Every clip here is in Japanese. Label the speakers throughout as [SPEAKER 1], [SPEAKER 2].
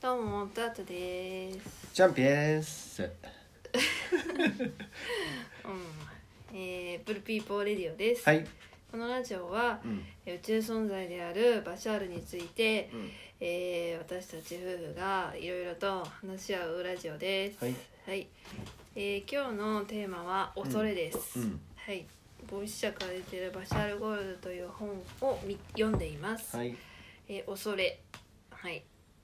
[SPEAKER 1] どうもダートです
[SPEAKER 2] ジャンピース。
[SPEAKER 1] うんえー、ブルピーポーレディオです、
[SPEAKER 2] はい。
[SPEAKER 1] このラジオは
[SPEAKER 2] うん。
[SPEAKER 1] えー宇宙存在であるバシャールについて、
[SPEAKER 2] うん
[SPEAKER 1] えー私たち夫婦がいろいろと話し合うラジオです
[SPEAKER 2] はい、
[SPEAKER 1] えー今日のテーマは恐れです、
[SPEAKER 2] うん。
[SPEAKER 1] はいボイス社から出てるバシャール・ゴールドという本をみ読んでいます、
[SPEAKER 2] はい。
[SPEAKER 1] えー恐れはい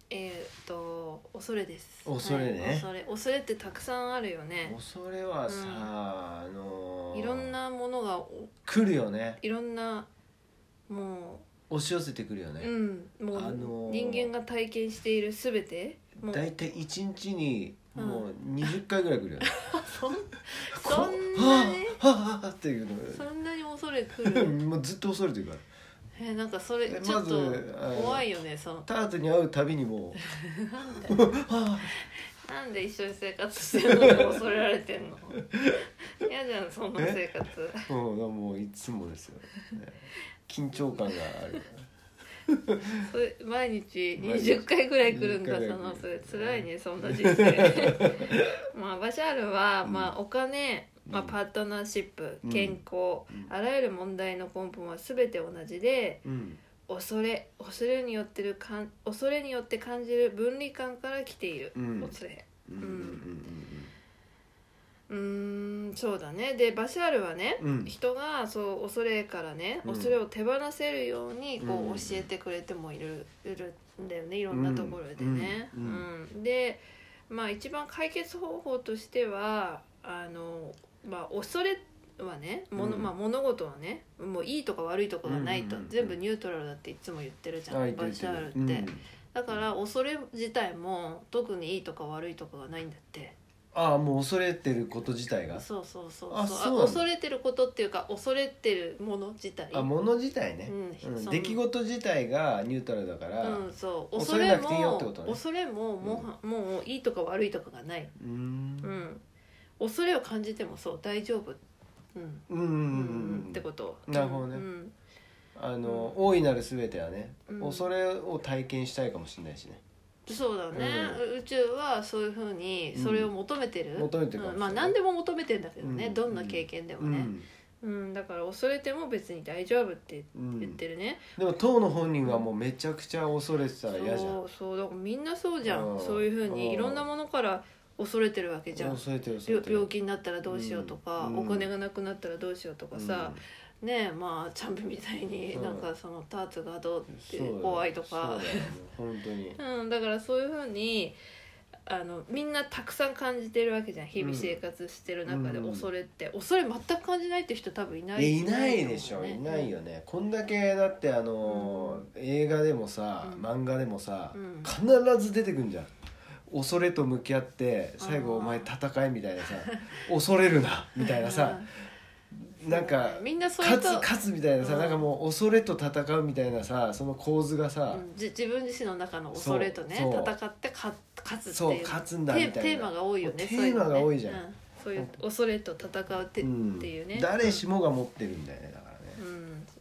[SPEAKER 1] えーっと恐れです
[SPEAKER 2] 恐れね
[SPEAKER 1] はい恐れ恐れってたくさんあるよね
[SPEAKER 2] 恐れはさ、あのー
[SPEAKER 1] いろん。なものがお
[SPEAKER 2] 来るよね。
[SPEAKER 1] いろんなも
[SPEAKER 2] 押し寄せてくるよ
[SPEAKER 1] う、
[SPEAKER 2] ね。
[SPEAKER 1] うん、もう、
[SPEAKER 2] あのー
[SPEAKER 1] 人間が体験しているすべてもう
[SPEAKER 2] だいたい一日に。
[SPEAKER 1] うん
[SPEAKER 2] もう二十回ぐらい来るよね。
[SPEAKER 1] そん
[SPEAKER 2] こ
[SPEAKER 1] そんなね
[SPEAKER 2] はあはあはあっていう
[SPEAKER 1] そ
[SPEAKER 2] の。
[SPEAKER 1] んなに恐れくる
[SPEAKER 2] もうずっと恐れてるから。
[SPEAKER 1] えなんかそれ
[SPEAKER 2] え
[SPEAKER 1] ちょっと
[SPEAKER 2] まずあの
[SPEAKER 1] 怖いよねその
[SPEAKER 2] タートに会うたびにもう。は
[SPEAKER 1] なんで一緒に生活してるのに恐れられてん の嫌じゃんそんな生活
[SPEAKER 2] あ。うん、 もういつもですよ。ね緊張感がある。
[SPEAKER 1] それ毎日
[SPEAKER 2] 毎日
[SPEAKER 1] 20回ぐらい来るんだ
[SPEAKER 2] 20
[SPEAKER 1] そ
[SPEAKER 2] 回
[SPEAKER 1] のそ
[SPEAKER 2] ぐら
[SPEAKER 1] れ
[SPEAKER 2] い
[SPEAKER 1] 辛いねそんな人生 まあバシャールは、まあ、お金、まあ、
[SPEAKER 2] うん
[SPEAKER 1] パートナーシップ
[SPEAKER 2] うん
[SPEAKER 1] 健康、
[SPEAKER 2] うん
[SPEAKER 1] あらゆる問題の根本は全て同じで
[SPEAKER 2] うん。
[SPEAKER 1] 恐れ恐れによってるかん恐れによって感じる分離感から来ている、
[SPEAKER 2] うん
[SPEAKER 1] 恐れ
[SPEAKER 2] うん。うん。
[SPEAKER 1] うーんそうだねでバシャールはね、
[SPEAKER 2] うん
[SPEAKER 1] 人がそう恐れからね、
[SPEAKER 2] うん
[SPEAKER 1] 恐れを手放せるようにこ
[SPEAKER 2] うん
[SPEAKER 1] う教えてくれてもいる,、いるんだよねいろんなところでね。
[SPEAKER 2] うん
[SPEAKER 1] うんでまあ一番解決方法としてはあの、まあ、恐れはねもの、
[SPEAKER 2] うん
[SPEAKER 1] まあ、物事はねもういいとか悪いとかがないと、
[SPEAKER 2] うんうんうん
[SPEAKER 1] 全部ニュートラルだっていつも言ってるじ
[SPEAKER 2] うん。
[SPEAKER 1] ゃん、
[SPEAKER 2] あいて
[SPEAKER 1] バ
[SPEAKER 2] るい
[SPEAKER 1] シ
[SPEAKER 2] て
[SPEAKER 1] ャ
[SPEAKER 2] る
[SPEAKER 1] ールって、
[SPEAKER 2] うん
[SPEAKER 1] だから恐れ自体も特にいいとか悪いとかがないんだって。
[SPEAKER 2] ああもう恐れてること自体が
[SPEAKER 1] そうそうそう
[SPEAKER 2] あ
[SPEAKER 1] そう
[SPEAKER 2] そうな
[SPEAKER 1] あ
[SPEAKER 2] の
[SPEAKER 1] 恐れてることっていうか恐れてるもの自体
[SPEAKER 2] あ物自体ね、
[SPEAKER 1] うん
[SPEAKER 2] うん
[SPEAKER 1] そう
[SPEAKER 2] 出来事自体がニュートラルだか
[SPEAKER 1] う
[SPEAKER 2] ら
[SPEAKER 1] んそう
[SPEAKER 2] 恐
[SPEAKER 1] 恐
[SPEAKER 2] れ
[SPEAKER 1] れ
[SPEAKER 2] なくていいよ
[SPEAKER 1] も
[SPEAKER 2] ってことね
[SPEAKER 1] 恐れももう,、もういいとか悪いとかがない、
[SPEAKER 2] う
[SPEAKER 1] うんん、恐れを感じてもそう大丈夫、うん
[SPEAKER 2] うんうんうん
[SPEAKER 1] う
[SPEAKER 2] うん
[SPEAKER 1] ってこと
[SPEAKER 2] なるほどね
[SPEAKER 1] うん
[SPEAKER 2] あの、大いなる全てはね、
[SPEAKER 1] うん
[SPEAKER 2] 恐れを体験したいかもしれないしね
[SPEAKER 1] そうだね、宇宙はそういうふうにそれを求めてる、
[SPEAKER 2] うん求めてるかもしれない
[SPEAKER 1] うんまあ何でも求めてんだけどね、
[SPEAKER 2] うん
[SPEAKER 1] どんな経験でもね、うんだから恐れても別に大丈夫って
[SPEAKER 2] うんうん
[SPEAKER 1] 言ってるね、
[SPEAKER 2] でも当の本人がもうめちゃくちゃ恐れてたら嫌じゃん
[SPEAKER 1] そうそうだからみんなそうじゃん
[SPEAKER 2] うん
[SPEAKER 1] そういうふうに
[SPEAKER 2] うん
[SPEAKER 1] いろんなものから恐れてるわけじゃん
[SPEAKER 2] 恐れてる恐れ
[SPEAKER 1] 病
[SPEAKER 2] てる
[SPEAKER 1] 病気になったらどうしようとか、
[SPEAKER 2] うん
[SPEAKER 1] お金がなくなったらどうしようとかさ、ねえまあチャンピみたいに
[SPEAKER 2] うん
[SPEAKER 1] なんかそのターツがどう
[SPEAKER 2] うん
[SPEAKER 1] って
[SPEAKER 2] そうだよ
[SPEAKER 1] 怖いとか
[SPEAKER 2] そうだよ本当に
[SPEAKER 1] う、ん、だからそういうふうにあのみんなたくさん感じてるわけじゃん日々生活してる中で
[SPEAKER 2] うん
[SPEAKER 1] 恐れって、恐れ全く感じないって人多分いない
[SPEAKER 2] えいないでしょ
[SPEAKER 1] と思
[SPEAKER 2] いう
[SPEAKER 1] ね
[SPEAKER 2] ないよねこんだけだってあのー、映画でもさ、
[SPEAKER 1] うん
[SPEAKER 2] 漫画でもさ、
[SPEAKER 1] うん
[SPEAKER 2] 必ず出てくんじゃん恐れと向き合って最
[SPEAKER 1] あー
[SPEAKER 2] 後お前戦えみたいなさ 恐れるなみたいなさ、なんか
[SPEAKER 1] みんなそういう
[SPEAKER 2] 勝つ
[SPEAKER 1] と、
[SPEAKER 2] 勝つみたいなさ、
[SPEAKER 1] うん
[SPEAKER 2] なんかもう恐れと戦うみたいなさその構図がさ
[SPEAKER 1] う、ん、じ自分自身の中の恐れとね
[SPEAKER 2] そうそう
[SPEAKER 1] 戦って勝勝つって
[SPEAKER 2] そう
[SPEAKER 1] いう
[SPEAKER 2] 勝つ
[SPEAKER 1] テ
[SPEAKER 2] んだみたい
[SPEAKER 1] ー
[SPEAKER 2] な
[SPEAKER 1] テーマが多いよね
[SPEAKER 2] テーマが多いじゃん
[SPEAKER 1] そういうのね,うん、そういう恐れと戦うって,、
[SPEAKER 2] うん
[SPEAKER 1] っていうね
[SPEAKER 2] 誰しもが持ってるんだよねだからね、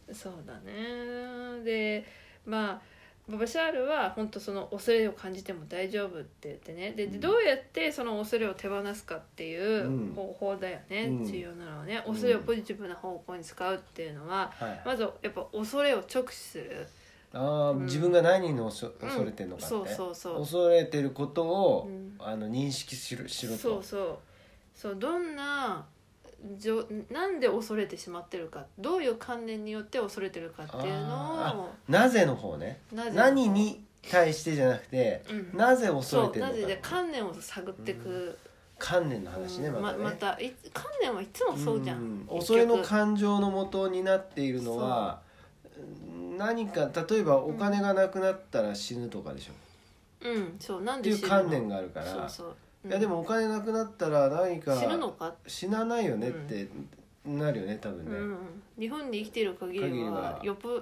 [SPEAKER 1] うんそうだねでまあバシャールは本当その恐れを感じても大丈夫って言ってねででどうやってその恐れを手放すかっていううん方法だよね、
[SPEAKER 2] うん
[SPEAKER 1] 重要なのはね
[SPEAKER 2] うん
[SPEAKER 1] 恐れをポジティブな方向に使うっていうのは、
[SPEAKER 2] はい、
[SPEAKER 1] まずやっぱ恐れを直視する、
[SPEAKER 2] ああ、
[SPEAKER 1] うん
[SPEAKER 2] 自分が何に恐恐れてるのかって、
[SPEAKER 1] そうそうそう
[SPEAKER 2] 恐れてることを、
[SPEAKER 1] うん
[SPEAKER 2] あの認識しろしろと
[SPEAKER 1] そうそうそうどんなじょなんで恐れてしまってるかどういう観念によって恐れてるかっていうの
[SPEAKER 2] あ
[SPEAKER 1] を
[SPEAKER 2] ーなぜの方ね
[SPEAKER 1] なぜ
[SPEAKER 2] 何に対してじゃなくて、
[SPEAKER 1] うん
[SPEAKER 2] なぜ恐
[SPEAKER 1] そ
[SPEAKER 2] れ
[SPEAKER 1] う
[SPEAKER 2] て
[SPEAKER 1] なぜ
[SPEAKER 2] るの
[SPEAKER 1] で
[SPEAKER 2] か
[SPEAKER 1] 観念を探ってく、
[SPEAKER 2] 観念の
[SPEAKER 1] うん
[SPEAKER 2] 話ね
[SPEAKER 1] ま
[SPEAKER 2] またね、
[SPEAKER 1] またい観念はいつもそうじゃん、
[SPEAKER 2] ん
[SPEAKER 1] 結
[SPEAKER 2] 恐れ
[SPEAKER 1] 局
[SPEAKER 2] の感情のもとになっているのは何か例えばお金がなくなったら死ぬとかでしょ、
[SPEAKER 1] うんそうなん
[SPEAKER 2] って
[SPEAKER 1] で
[SPEAKER 2] い
[SPEAKER 1] 死ぬ
[SPEAKER 2] う
[SPEAKER 1] の
[SPEAKER 2] 観念があるから
[SPEAKER 1] そうそう、うん
[SPEAKER 2] いやでもお金なくなったら何か
[SPEAKER 1] 死ぬのか、
[SPEAKER 2] 死なないよねってなるよね多分
[SPEAKER 1] う
[SPEAKER 2] ね、
[SPEAKER 1] ん、日本に生きてる限りは
[SPEAKER 2] 限りは
[SPEAKER 1] よっぽ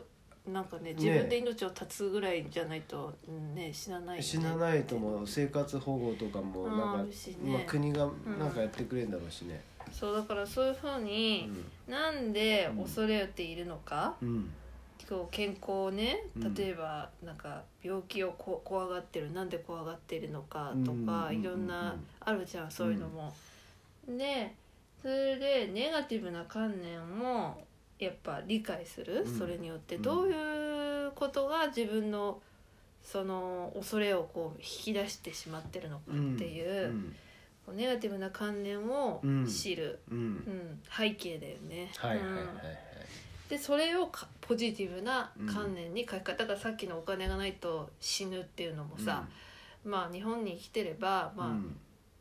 [SPEAKER 1] なんかね
[SPEAKER 2] ね
[SPEAKER 1] 自分で命を絶つぐらいじゃないと、うんね死なないよね
[SPEAKER 2] 死なないとも生活保護とかもなん
[SPEAKER 1] あ
[SPEAKER 2] か、
[SPEAKER 1] ーあるしね
[SPEAKER 2] まあ、国がなんかやってくれるんだろうしね、
[SPEAKER 1] そうだからそういうふう
[SPEAKER 2] う
[SPEAKER 1] に、
[SPEAKER 2] ん
[SPEAKER 1] なんで恐れているのかっ
[SPEAKER 2] うん
[SPEAKER 1] こう健康をね
[SPEAKER 2] うん
[SPEAKER 1] 例えばなんか病気をこ怖がってるなんで怖がってるのかと
[SPEAKER 2] うんうんうん
[SPEAKER 1] か
[SPEAKER 2] うん
[SPEAKER 1] いろんなあるじゃんそういうのも。でそれでネガティブな観念もやっぱ理解する、
[SPEAKER 2] うん
[SPEAKER 1] それによって
[SPEAKER 2] うん
[SPEAKER 1] どういうことが自分のその恐れをこう引き出してしまってるのかっていうう、
[SPEAKER 2] ん
[SPEAKER 1] こうネガティブな観念を知る、
[SPEAKER 2] うんうん
[SPEAKER 1] うん、背景だよね。
[SPEAKER 2] はいはいはいは
[SPEAKER 1] う
[SPEAKER 2] い
[SPEAKER 1] んでそれをかポジティブな観念に書き方だからさっきのお金がないと死ぬっていうのもさ、まあ日本に生きてれば
[SPEAKER 2] うん
[SPEAKER 1] まあ、
[SPEAKER 2] うん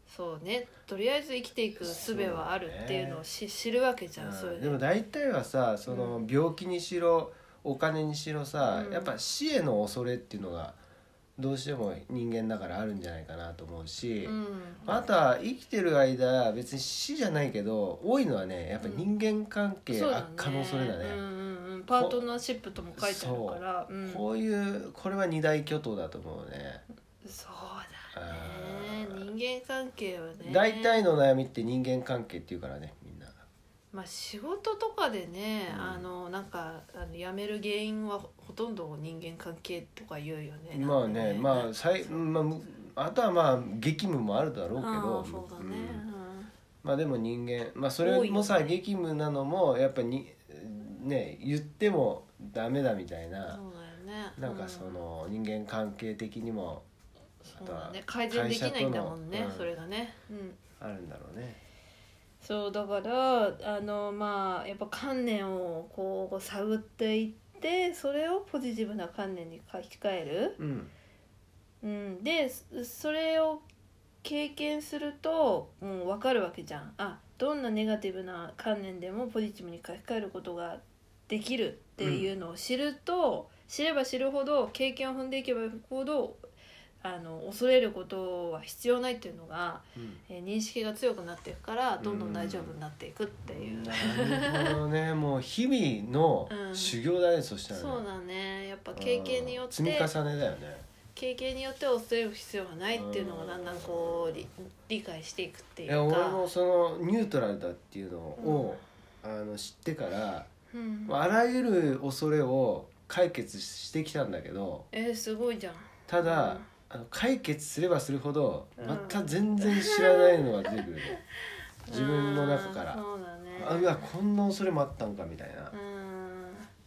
[SPEAKER 1] そうねとりあえず生きていく術はあるっていうのをし、知るわけじゃんそういう
[SPEAKER 2] でも
[SPEAKER 1] の
[SPEAKER 2] 大体はさその病気にしろお金にしろさ、
[SPEAKER 1] うん
[SPEAKER 2] やっぱ死への恐れっていうのがどうしても人間だからあるんじゃないかなと思うし、
[SPEAKER 1] うん
[SPEAKER 2] あとは生きてる間別に死じゃないけど多いのはねやっぱ人間関係
[SPEAKER 1] そうだ
[SPEAKER 2] 悪化の恐れだね,、
[SPEAKER 1] うんうんうん、パートナーシップとも書いてあるからうん
[SPEAKER 2] こういうこれは二大巨頭だと思うね
[SPEAKER 1] そうだね人間関係はね
[SPEAKER 2] 大体の悩みって人間関係っていうからねみんな
[SPEAKER 1] まあ仕事とかでね、
[SPEAKER 2] うん
[SPEAKER 1] あのなんかあの辞める原因はほほとんど人間関係とか言うよね
[SPEAKER 2] まあねまあさい、
[SPEAKER 1] そう
[SPEAKER 2] まあ、むあとはまあ激務もあるだろうけ
[SPEAKER 1] ああ
[SPEAKER 2] ど
[SPEAKER 1] そうだね、
[SPEAKER 2] うん
[SPEAKER 1] うん
[SPEAKER 2] まあでも人間、まあ、それもさ、
[SPEAKER 1] 多いよね
[SPEAKER 2] 激務なのもやっぱにね言ってもダメだみたいな、
[SPEAKER 1] そうだよね
[SPEAKER 2] なんかそ、の人間関係的にも
[SPEAKER 1] うんそうだね改善できないんだもんね
[SPEAKER 2] 会社とのうん
[SPEAKER 1] それがねうん
[SPEAKER 2] あるんだろうね。
[SPEAKER 1] そうだからあのまあやっぱ観念をこう探っていってそれをポジティブな観念に書き換え
[SPEAKER 2] うん、
[SPEAKER 1] る、うん、でそそれを経験するともう分かるわけじゃんあどんなネガティブな観念でもポジティブに書き換えることができるっていうのを知ると、知れば知るほど経験を踏んでいけばいくほどあの恐れることは必要ないっていうのが
[SPEAKER 2] うん
[SPEAKER 1] えー認識が強くなっていくからどんどん大丈夫になっていくっていう、
[SPEAKER 2] なるほどねもう日々の
[SPEAKER 1] うん
[SPEAKER 2] 修行だね、そしたらね、
[SPEAKER 1] そうだねやっぱ経験によっ
[SPEAKER 2] うん積み
[SPEAKER 1] て
[SPEAKER 2] 重ねだよね
[SPEAKER 1] 経験によって恐れる必要はないっていうのがだんだんこう理理解していくって
[SPEAKER 2] い
[SPEAKER 1] いう
[SPEAKER 2] や俺も
[SPEAKER 1] か
[SPEAKER 2] そのニュートラルだっていうのを、あの知ってから、
[SPEAKER 1] うん
[SPEAKER 2] まああらゆる恐れを解決してきたんだけど
[SPEAKER 1] えーすごいじゃん
[SPEAKER 2] ただ、
[SPEAKER 1] うん
[SPEAKER 2] あの解決すればするほど
[SPEAKER 1] うん
[SPEAKER 2] また全然知らないのが出てくるね、 自分の中か
[SPEAKER 1] あー
[SPEAKER 2] ら
[SPEAKER 1] そうだね
[SPEAKER 2] あうわこんな恐れもあったんかみたいな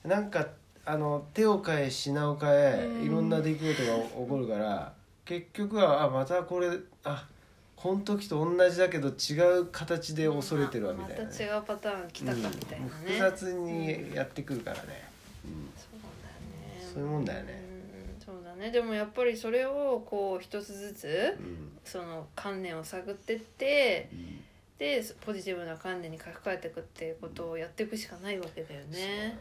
[SPEAKER 1] う、ん
[SPEAKER 2] なんかあの手を変え品を変え、
[SPEAKER 1] うん
[SPEAKER 2] いろんな出来事が起こるから結局はあまたこれあこの時と同じだけど違う形で恐れてるわみたいな、
[SPEAKER 1] また違うパターン来たかみたいなね、
[SPEAKER 2] うん複雑にやってくるからね、
[SPEAKER 1] そうだね
[SPEAKER 2] そういうもんだよね
[SPEAKER 1] うんそうだねでもやっぱりそれをこう一つずつ
[SPEAKER 2] うんうん
[SPEAKER 1] その観念を探ってって、でポジティブな観念に書き換えていくっていうことをやっていくしかないわけだよね。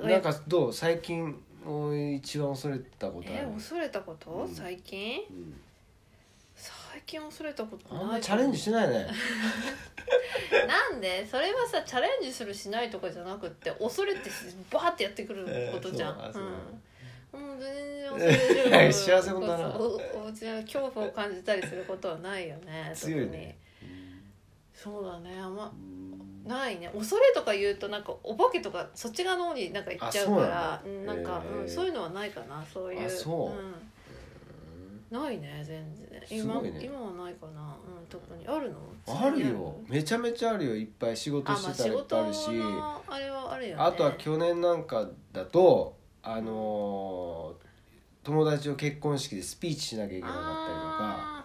[SPEAKER 1] う
[SPEAKER 2] なんかどう最近お一番恐れたことある
[SPEAKER 1] え恐れたこと、
[SPEAKER 2] うん
[SPEAKER 1] 最近
[SPEAKER 2] うん
[SPEAKER 1] 最近恐れたこと
[SPEAKER 2] あ
[SPEAKER 1] ない
[SPEAKER 2] んまチャレンジしてないね
[SPEAKER 1] なんでそれはさチャレンジするしないとかじゃなくって恐れってバーってやってくることじゃ
[SPEAKER 2] えー
[SPEAKER 1] ん。
[SPEAKER 2] そう
[SPEAKER 1] う
[SPEAKER 2] あ
[SPEAKER 1] んもう全然恐れる
[SPEAKER 2] 幸せ者だな
[SPEAKER 1] そうおおうちの恐怖を感じたりすることはないよね
[SPEAKER 2] 強い
[SPEAKER 1] 特に
[SPEAKER 2] ね
[SPEAKER 1] そうだねあんま
[SPEAKER 2] うん
[SPEAKER 1] ないね恐れとか言うとなんかお化けとかそっち側の方になんか行っちゃうから
[SPEAKER 2] あ
[SPEAKER 1] う
[SPEAKER 2] そうなん
[SPEAKER 1] ん
[SPEAKER 2] だ
[SPEAKER 1] なんか、
[SPEAKER 2] へー
[SPEAKER 1] うん、そういうのはないかなそういう
[SPEAKER 2] あそうん
[SPEAKER 1] ないね全然
[SPEAKER 2] す
[SPEAKER 1] 今,、
[SPEAKER 2] ごいね
[SPEAKER 1] 今はないかな、うん、特にあるの
[SPEAKER 2] あるよめちゃめちゃあるよいっぱい仕事
[SPEAKER 1] あ
[SPEAKER 2] し
[SPEAKER 1] まあ
[SPEAKER 2] てた
[SPEAKER 1] 仕
[SPEAKER 2] らいっ
[SPEAKER 1] 事
[SPEAKER 2] ぱいあるし、
[SPEAKER 1] のあれはあるよね
[SPEAKER 2] あとは去年なんかだとあのー友達を結婚式でスピーチしなきゃいけなか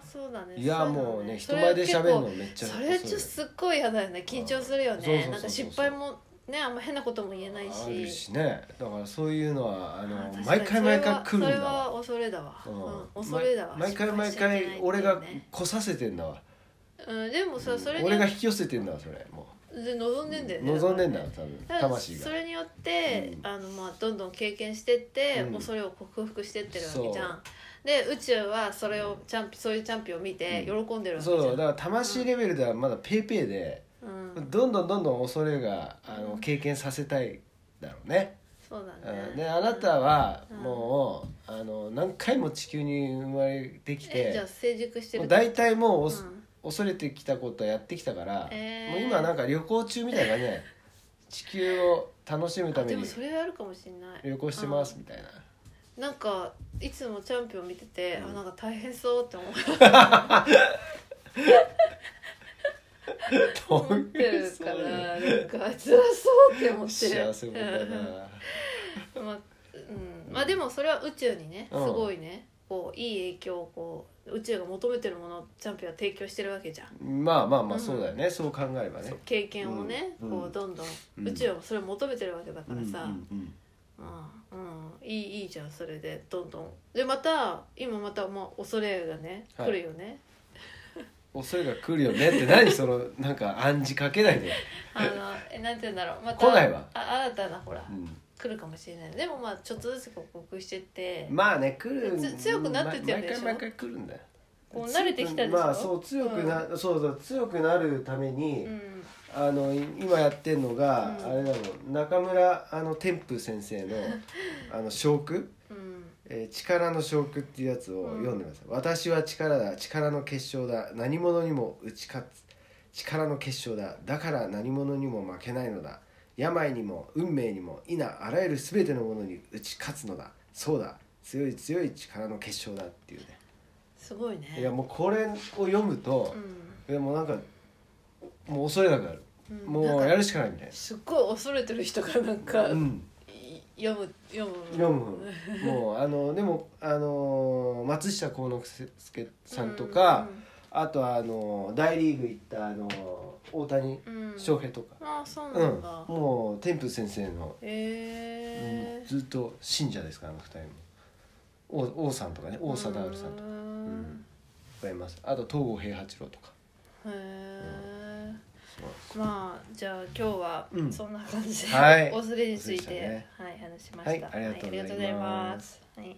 [SPEAKER 1] あーそうだ
[SPEAKER 2] った
[SPEAKER 1] ね
[SPEAKER 2] りとかいや
[SPEAKER 1] そだ
[SPEAKER 2] もうね
[SPEAKER 1] そ
[SPEAKER 2] 人
[SPEAKER 1] れ
[SPEAKER 2] 前で喋るの
[SPEAKER 1] 結
[SPEAKER 2] めっち
[SPEAKER 1] 構
[SPEAKER 2] ゃ
[SPEAKER 1] それちょっとすっごい嫌だよね緊張するよ
[SPEAKER 2] そうそうそう
[SPEAKER 1] ね
[SPEAKER 2] そう
[SPEAKER 1] なんか失敗もねあんま変なことも言えない
[SPEAKER 2] あるしねだからそういうのはあの
[SPEAKER 1] あー
[SPEAKER 2] 毎
[SPEAKER 1] 確か
[SPEAKER 2] 回
[SPEAKER 1] に
[SPEAKER 2] 毎回来るんだわ
[SPEAKER 1] それはそれは恐れだわ、
[SPEAKER 2] うん
[SPEAKER 1] うん、恐れだわ
[SPEAKER 2] ま毎回毎
[SPEAKER 1] 失敗しちゃいけないっ
[SPEAKER 2] 回
[SPEAKER 1] ていうね
[SPEAKER 2] 俺が来させてんだわ
[SPEAKER 1] うんでもさそれに
[SPEAKER 2] 俺
[SPEAKER 1] よ
[SPEAKER 2] が
[SPEAKER 1] っ
[SPEAKER 2] 引き寄せてんだわそれも
[SPEAKER 1] で望んでんだよ
[SPEAKER 2] う
[SPEAKER 1] ね
[SPEAKER 2] 望んでんだ
[SPEAKER 1] か
[SPEAKER 2] わ
[SPEAKER 1] らね
[SPEAKER 2] 多分
[SPEAKER 1] だから
[SPEAKER 2] 魂
[SPEAKER 1] そ
[SPEAKER 2] が
[SPEAKER 1] れによって、
[SPEAKER 2] うん
[SPEAKER 1] あのまあどんどん経験してって、
[SPEAKER 2] うん
[SPEAKER 1] 恐れを克服してってるわけじゃ
[SPEAKER 2] そうん
[SPEAKER 1] で宇宙はそれをチャンピそういうチャンピオンを見て喜
[SPEAKER 2] うん
[SPEAKER 1] でるわけじゃん、
[SPEAKER 2] そうだから魂レベルではまだペーペーで
[SPEAKER 1] うん、
[SPEAKER 2] どんどんどんどん恐れがあの経験させたいだろうね
[SPEAKER 1] そうだ
[SPEAKER 2] う
[SPEAKER 1] ね
[SPEAKER 2] んであなたは
[SPEAKER 1] うん
[SPEAKER 2] もう、あの何回も地球に生まれてき
[SPEAKER 1] えじゃあ
[SPEAKER 2] て
[SPEAKER 1] 成熟して
[SPEAKER 2] もう
[SPEAKER 1] る
[SPEAKER 2] 大体もうおす、
[SPEAKER 1] うん
[SPEAKER 2] 恐れてきたことはやってきたから、
[SPEAKER 1] えー
[SPEAKER 2] もう今なんか旅行中みたいな感じじゃない 地球を楽しむた
[SPEAKER 1] あ
[SPEAKER 2] め
[SPEAKER 1] で
[SPEAKER 2] に
[SPEAKER 1] もそれあるかもしれない
[SPEAKER 2] 旅行してますみたいな
[SPEAKER 1] なんかいつもチャンピオン見てて、
[SPEAKER 2] うん
[SPEAKER 1] あなんか大変そうって思 う思ってるから
[SPEAKER 2] そう
[SPEAKER 1] なんか辛そうって思ってる
[SPEAKER 2] 幸せ者だな
[SPEAKER 1] うんまあ、うん、まあでもそれは宇宙にねす
[SPEAKER 2] うん
[SPEAKER 1] ごいね、こういい影響をこう宇宙が求めてるものをチャンピオンは提供してるわけじゃん、
[SPEAKER 2] まあまあまあそうだよね、そう考えればね
[SPEAKER 1] そう経験をね、
[SPEAKER 2] うん
[SPEAKER 1] こ
[SPEAKER 2] うん
[SPEAKER 1] うどんどん、
[SPEAKER 2] うん
[SPEAKER 1] 宇宙はそれを求めてるわけだからさ、
[SPEAKER 2] うんうん
[SPEAKER 1] うんうん、いいいいじゃんそれでどんどんでまた今またまあ恐れがね
[SPEAKER 2] はい
[SPEAKER 1] 来るよね、
[SPEAKER 2] うん恐れが来るよねって何そのなんか暗示かけないで、
[SPEAKER 1] あのえなんて言うんだろうまた
[SPEAKER 2] 来ないわ
[SPEAKER 1] あ新たなほら
[SPEAKER 2] う
[SPEAKER 1] 来るかもしれないでもまあちょっとずつ克服してって
[SPEAKER 2] ん、まあね来る
[SPEAKER 1] つ強くなってってるで
[SPEAKER 2] 毎
[SPEAKER 1] しょ
[SPEAKER 2] 回毎回来るんだよ
[SPEAKER 1] こう慣れてきたでしょ
[SPEAKER 2] まあそう強くな、そうだ強くなるために、
[SPEAKER 1] うん
[SPEAKER 2] あのい今やってんのが、
[SPEAKER 1] うん
[SPEAKER 2] あれだもん中村あの天風先 生の「あの小句」
[SPEAKER 1] うん
[SPEAKER 2] えー力の小句」っていうやつを
[SPEAKER 1] うん
[SPEAKER 2] 読んでください、私は力だ力の結晶だ何者にも打ち勝つ力の結晶だだから何者にも負けないのだ病にも運命にも否あらゆる全てのものに打ち勝つのだそうだ強い強い力の結晶だ」っていうね
[SPEAKER 1] すごいね
[SPEAKER 2] いやもうこれを読むと
[SPEAKER 1] う、
[SPEAKER 2] でもなんかもう恐れなくなる、
[SPEAKER 1] んん
[SPEAKER 2] もう
[SPEAKER 1] なん
[SPEAKER 2] や
[SPEAKER 1] か
[SPEAKER 2] るしかないみたい
[SPEAKER 1] すっごい恐れてる人がなんか、
[SPEAKER 2] なうん
[SPEAKER 1] い読む読む
[SPEAKER 2] 読むもうあのでもあの松下幸之助さんとか、あとはあの大リーグ行ったあの大谷
[SPEAKER 1] うんうんうん
[SPEAKER 2] 翔平とか、
[SPEAKER 1] ああそう
[SPEAKER 2] う
[SPEAKER 1] なんんだ、
[SPEAKER 2] もう天風先生の、
[SPEAKER 1] ええ
[SPEAKER 2] ずっと信者ですからあの二人も王王さんとかね王貞治さんとか
[SPEAKER 1] うん
[SPEAKER 2] がいますあと東郷平八郎とか
[SPEAKER 1] へえ
[SPEAKER 2] そうなんです
[SPEAKER 1] まあじゃあ今日は
[SPEAKER 2] うん
[SPEAKER 1] そんな感じで、
[SPEAKER 2] はい
[SPEAKER 1] おすれについ
[SPEAKER 2] そうでした
[SPEAKER 1] て、
[SPEAKER 2] ね
[SPEAKER 1] はい話しました、
[SPEAKER 2] はいありが
[SPEAKER 1] はいありが
[SPEAKER 2] とうございます
[SPEAKER 1] とうございますはい